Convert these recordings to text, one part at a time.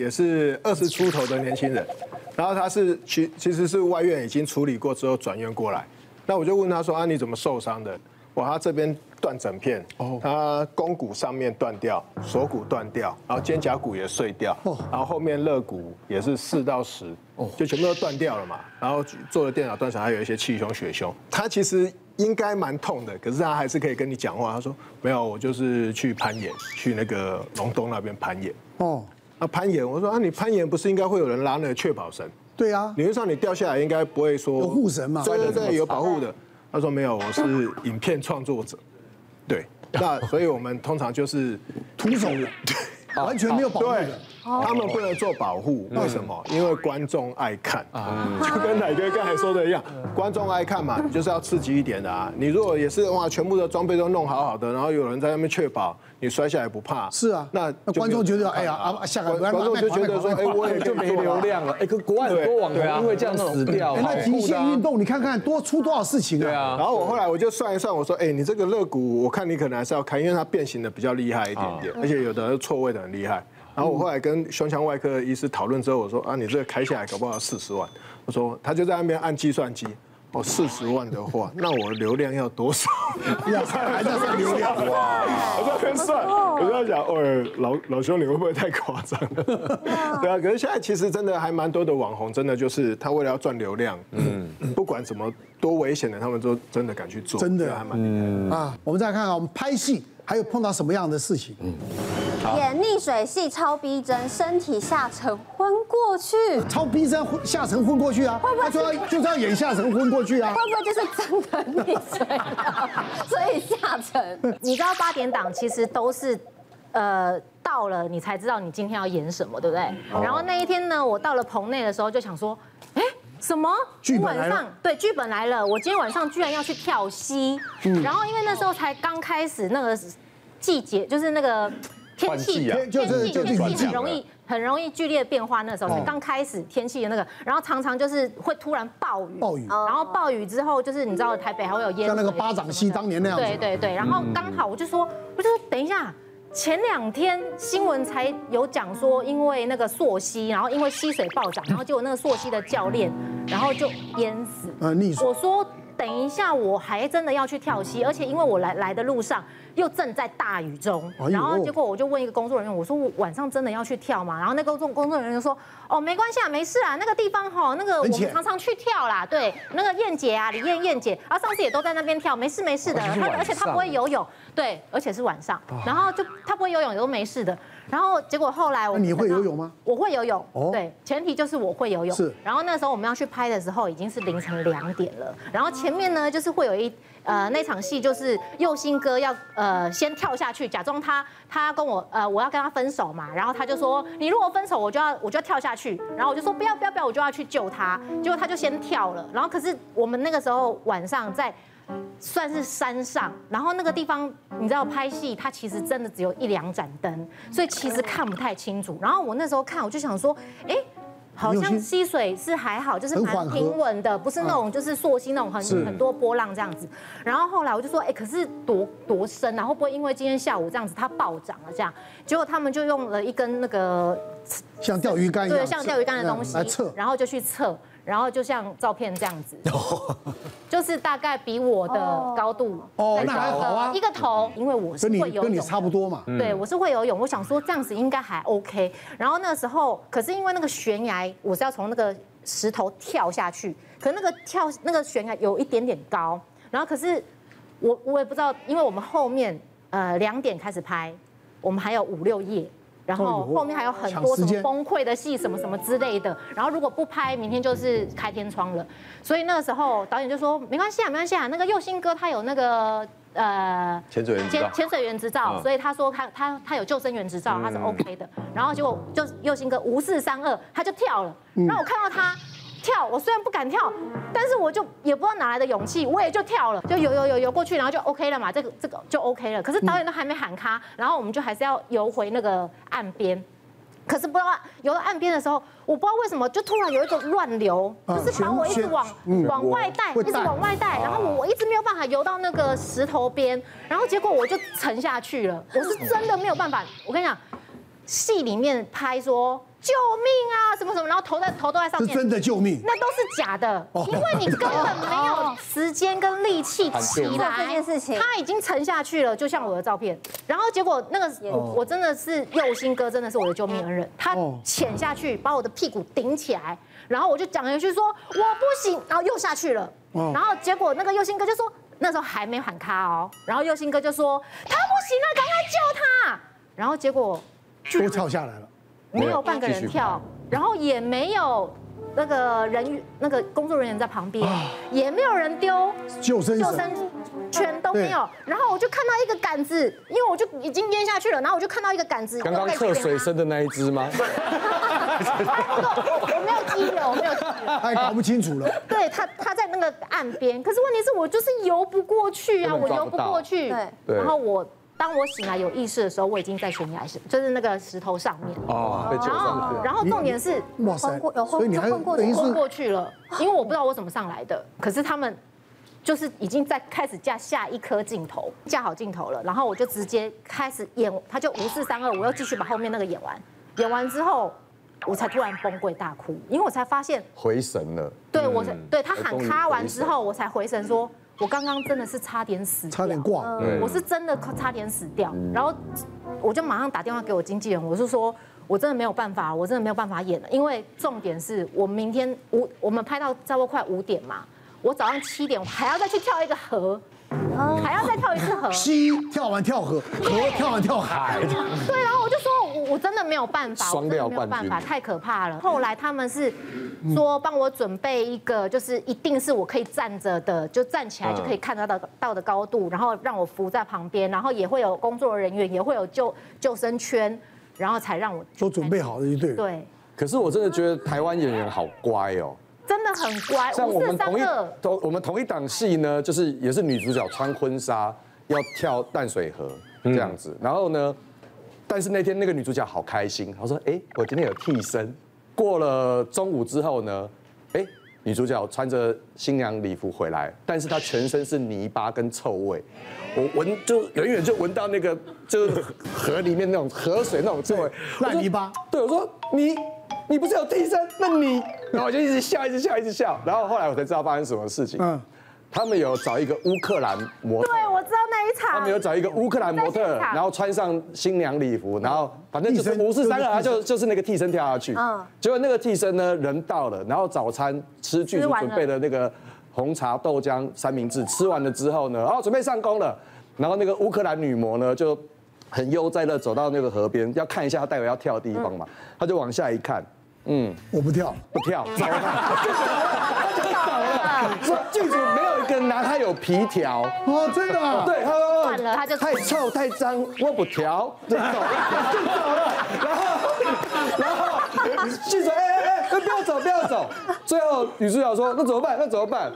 也是二十出头的年轻人，然后他是其其实是外院已经处理过之后转院过来，那我就问他说啊你怎么受伤的？哇，他这边断整片，他肱骨上面断掉，锁骨断掉，然后肩胛骨也碎掉，然后后面肋骨也是四到十，就全部都断掉了嘛。然后做了电脑断层，还有一些气胸、血胸。他其实应该蛮痛的，可是他还是可以跟你讲话。他说没有，我就是去攀岩，去那个龙东那边攀岩。哦，啊，攀岩，我说啊，你攀岩不是应该会有人拉那个确保绳？对啊，理论上你掉下来应该不会说有护绳嘛对对对，有保护的。他说没有，我是影片创作者。 对，那所以我们通常就是徒手的，完全没有保护对的。，他们不能做保护，为什么？因为观众爱看，就跟奶哥刚才说的一样，观众爱看嘛，你就是要刺激一点的啊。你如果也是哇，全部的装备都弄好好的，然后有人在那边确保，你摔下来不怕。是啊那那观众就没有觉得哎呀看了啊下个观不要观众就觉得说，卖卖哎，我 也就没流量了。哎，可国外很多网红因为这样死掉，哎，好那极酷的限啊运动，你看看多出多少事情啊！对啊，然后我后来我就算一算，我说，哎，你这个肋骨，我看你可能还是要看，因为它变形的比较厉害一点点，而且有的错位的很厉害。然后我后来跟胸腔外科的医师讨论之后，我说啊，你这个开下来搞不好四十万。我说他就在那边按计算机，哦，四十万的话，那我流量要多少？ 要还在算流量，我在那边算，我就在想，哦，老老兄，你会不会太夸张了？ 对啊，可是现在其实真的还蛮多的网红，真的就是他为了要赚流量，嗯，不管怎么多危险的，他们都真的敢去做，真的对还蛮厉害的啊！我们再看看我们拍戏还有碰到什么样的事情？嗯演溺水戏超逼真，身体下沉昏过去，会超逼真昏下沉昏过去啊！会不会他就要就是要演下沉昏过去啊！不会就是真的溺水了？所以下沉。你知道八点档其实都是，呃，到了你才知道你今天要演什么，对不对？嗯然哦后那一天呢，我到了棚内的时候就想说，哎，什么？剧我本来晚了上对剧本来了，我今天晚上居然要去跳溪。嗯然后因为那时候才刚开始那个季节，就是那个天气，换季啊天就气是就是哦雨天气季很容易。很容易剧烈变化，那时候是刚开始天气的那个，然后常常就是会突然暴雨，暴雨然后暴雨之后就是你知道台北还会有淹水像那个巴掌戏当年那样子对对对，然后刚好我就说，我就说等一下。前两天新闻才有讲说，因为那个溯溪，然后因为溪水暴涨，然后结果那个溯溪的教练，然后就淹死。呃溺水我说等一下，我还真的要去跳溪，而且因为我来来的路上又正在大雨中哎呦，然后结果我就问一个工作人员，我说我晚上真的要去跳吗？然后那个工作工作人员就说，哦没关系啊，没事啊，那个地方吼，那个我很们浅常常去跳啦，对，那个燕姐啊，李燕燕姐啊，上次也都在那边跳，没事没事的，哦而且是她晚而且她不上会游泳，对，而且是晚上，啊然后就她不会游泳也都没事的，然后结果后来我那你会等到游泳吗？我会游泳哦，对，前提就是我会游泳。是然后那时候我们要去拍的时候，已经是凌晨两点了。然后前面呢，就是会有一呃那场戏，就是佑兴哥要呃先跳下去，假装他他跟我呃我要跟他分手嘛，然后他就说你如果分手，我就要我就要跳下去。然后我就说不要不要不要，我就要去救他。结果他就先跳了。然后可是我们那个时候晚上在。算是山上，然后那个地方你知道拍戏，它其实真的只有一两盏灯，所以其实看不太清楚。然后我那时候看，我就想说，哎，好你有像先溪水是还好，就是很缓蛮和嗯平稳的，不是那种就是溯溪那种很很多波浪这样子。然后后来我就说，哎，可是多多深啊？会不会因为今天下午这样子它暴涨了这样？结果他们就用了一根那个像钓鱼竿一样，嗯对像钓鱼竿的东西来哎测，然后就去测，然后就像照片 这样子，就是大概比我的高度哦再那还高好啊一个头，因为我是跟你会嗯游跟你泳。差不多嗯嘛。对，我是会游泳，我想说这样子应该还 OK。然后那时候，可是因为那个悬崖，我是要从那个石头跳下去，可那个跳那个悬崖有一点点高，然后可是我我也不知道，因为我们后面呃两点开始拍，我们还有五六页。然后哎呦后面还有很抢多时什么间崩溃的戏，什么什么之类的。然后如果不拍，明天就是开天窗了。所以那个时候导演就说没关系啊，没关系啊。那个佑兴哥他有那个呃潜水员执照潜潜水员执照，嗯所以他说他他他有救生员执照，他是 OK 的。然后结果就佑兴哥无四三二，他就跳了。嗯然后我看到他跳，我虽然不敢跳，但是我就也不知道哪来的勇气，我也就跳了，就游游游游过去，然后就 OK 了嘛，这个这个就 OK 了。可是导演都还没喊卡，然后我们就还是要游回那个岸边。可是不知道游到岸边的时候，我不知道为什么就突然有一种乱流，啊就是把我一直旋往嗯往外带，会一直带啊往外带，然后我我一直没有办法游到那个石头边，然后结果我就沉下去了。我是真的没有办法，我跟你讲，戏里面拍说救命啊，什么什么，然后头在头都在上是面，真的救命。那都是假的，因为你根本没有时间跟力气起来哦做这件事情它已经沉下去了，就像我的照片。然后结果那个我真的是佑兴哥，真的是我的救命恩人，他潜下去把我的屁股顶起来，然后我就讲了一句说我不行，然后又下去了，然后结果那个佑兴哥就说那时候还没喊卡哦，然后佑兴哥就说他不行了，赶快救他，然后结果都跳下来了，没有半个人跳，然后也没有那个人员那个工作人员在旁边，啊也没有人丢救生救绳生圈都没有。然后我就看到一个杆子，因为我就已经淹下去了，然后我就看到一个杆子，刚刚测水深的那一只吗？我没有激流，我没有激流。 他也哎搞不清楚了。对他，他在那个岸边，可是问题是我就是游不过去啊，根本我抓游不不到过去。对对然后我当我醒来有意识的时候，我已经在悬崖上，就是那个石头上面。哦，被救然上啊后，然后重点是哇昏过有昏所以你还昏过等于昏是过去了，因为我不知道我怎么上来的。可是他们就是已经在开始架下一颗镜头，架好镜头了，然后我就直接开始演，他就五四三二，我又继续把后面那个演完。演完之后，我才突然崩溃大哭，因为我才发现，回神了。对我才对他我喊终于咔完回之神后，我才回神说，我刚刚真的是差点死掉，差点挂了。对我是真的差点死掉，然后我就马上打电话给我经纪人，我是说我真的没有办法，我真的没有办法演了，因为重点是我明天五我们拍到差不多快五点嘛，我早上七点我还要再去跳一个河，还要再跳一次河，溪跳完跳河，河跳完跳海，对，然后我就说我我真的没有办法，我 双真料的没有办冠法，军太可怕了。后来他们是说帮我准备一个，就是一定是我可以站着的，就站起来就可以看得到到的高度，然后让我扶在旁边，然后也会有工作人员，也会有救救生圈，然后才让我都准备好了就对了。对，可是我真的觉得台湾演员好乖哦。真的很乖，像我五四们三同一二。同我们同一档戏呢，就是也是女主角穿婚纱要跳淡水河嗯这样子，然后呢，但是那天那个女主角好开心，她说：“哎、我今天有替身。”过了中午之后呢，哎、女主角穿着新娘礼服回来，但是她全身是泥巴跟臭味，我闻就远远就闻到那个就是河里面那种河水那种臭味， 烂泥巴对，我说你你不是有替身？那你，然后我就一直笑，一直笑，一直笑。然后后来我才知道发生什么事情。嗯嗯，他们有找一个乌克兰模特，对，我知道那一场。他们有找一个乌克兰模特，在现场然后穿上新娘礼服，然后反正就是哦替身五四三就是二，他就就是那个替身跳下去。嗯嗯，结果那个替身呢，人到了，然后早餐吃剧吃组完了准备的那个红茶、豆浆、三明治，吃完了之后呢，哦，准备上工了，然后那个乌克兰女模呢就很悠哉的走到那个河边，要看一下她待会要跳的地方嘛，她就往下一看，我不跳，不跳，走了，她就倒了。 说剧组没有一个人拿她有皮条。哦，真的啊，对，他说哦惯了他就太臭太脏，我不调，就走了，就走了。然后，然后剧组哎哎哎，不要走不要走。最后女主角说那怎么办？那怎么办？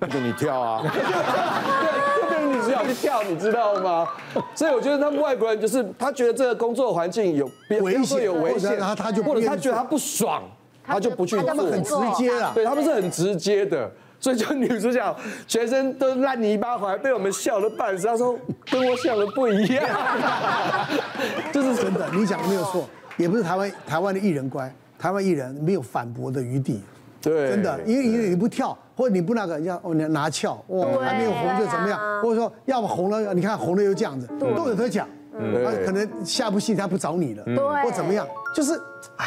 那就你跳啊，对，就变成女主角去跳，你知道吗？所以我觉得他们外国人就是他觉得这个工作环境有别危险不要说有危或险，者他他就不或者愿意他觉得他不爽，他就不去做，他们很直接啊。对，他们是很直接的。所以就女主角全身都是烂泥巴，还被我们笑了半死。她说跟我想的不一 样，就是真的，你讲的没有错，也不是台湾台湾的艺人乖，台湾艺人没有反驳的余地，对，真的，因为因为你不跳或者你不那个，人家哦你拿翘，哇对还没有红就怎么样，或者说要么红了，你看红了又这样子，都有得奖，他可能下部戏他不找你了，或怎么样，就是哎，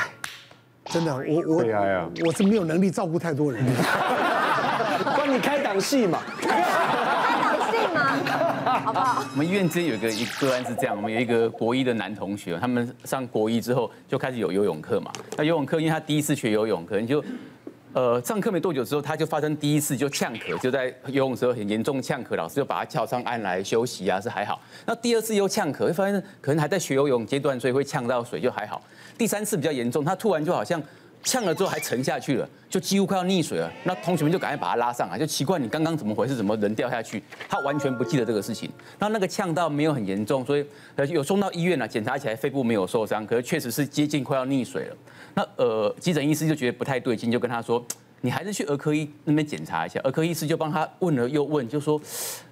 真的，我我悲哀啊我是没有能力照顾太多人。帮你开档戏嘛。不信吗？好不好？我们医院之前有一个一个案是这样，我们有一个国一的男同学，他们上国一之后就开始有游泳课嘛。那游泳课，因为他第一次学游泳，可能就。呃，上课没多久之后，他就发生第一次就呛咳，就在游泳的时候很严重呛咳，老师就把他叫上岸来休息啊，是还好。那第二次又呛咳，会发现可能还在学游泳阶段，所以会呛到水就啊还好。第三次比较严重，他突然就好像呛了之后还沉下去了，就几乎快要溺水了。那同学们就赶快把他拉上来，就奇怪你刚刚怎么回事，怎么人掉下去？他完全不记得这个事情。那那个呛到没有很严重，所以呃有送到医院了、检查起来肺部没有受伤，可是确实是接近快要溺水了。那呃急诊医师就觉得不太对劲，就跟他说。你还是去儿科医那边检查一下，儿科医师就帮他问了又问，就说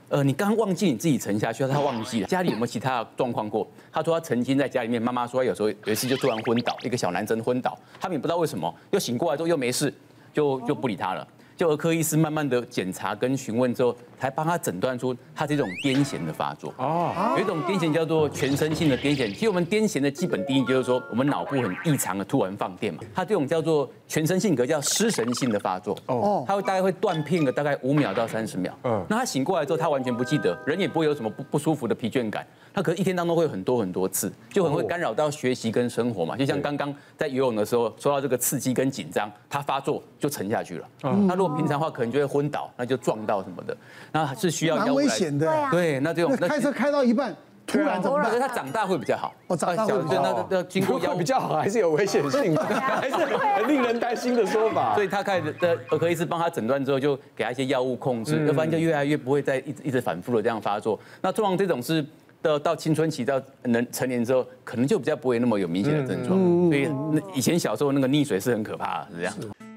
呃，你刚忘记你自己沉下去，他说他忘记了家里有没有其他的状况过？他说他曾经在家里面，妈妈说他有时候有一次就突然昏倒，一个小男生昏倒，他们也不知道为什么，又醒过来之后又没事，就就不理他了。就儿科医师慢慢的检查跟询问之后，才帮他诊断出他这种癫痫的发作。哦，有一种癫痫叫做全身性的癫痫。其实我们癫痫的基本定义就是说，我们脑部很异常的突然放电嘛。它这种叫做全身性格叫失神性的发作。哦，它会大概会断片个大概五秒到三十秒。嗯，那他醒过来之后，他完全不记得，人也不会有什么不不舒服的疲倦感。他可能一天当中会有很多很多次，就很会干扰到学习跟生嗯活嘛。就像刚刚在游泳的时候受到这个刺激跟紧张，他发作就沉下去了。嗯他如果平常的话，可能就会昏倒，那就撞到什么的，那是需要药蛮物危来险的。对啊对，那这种那开车开到一半，突然怎么可办是？他长大会比较好。哦长大会比较好要经过药物比较好，还是有危险性的，啊还是很令人担心的说法所。以他开始的儿科医师帮他诊断之后，就给他一些药物控嗯制，要不然就越来越不会再一直一直反复的这样发作。那通常这种是到到青春期到能成年之后，可能就比较不会那么有明显的症状。嗯所以那以前小时候那个溺水是很可怕的，是这样。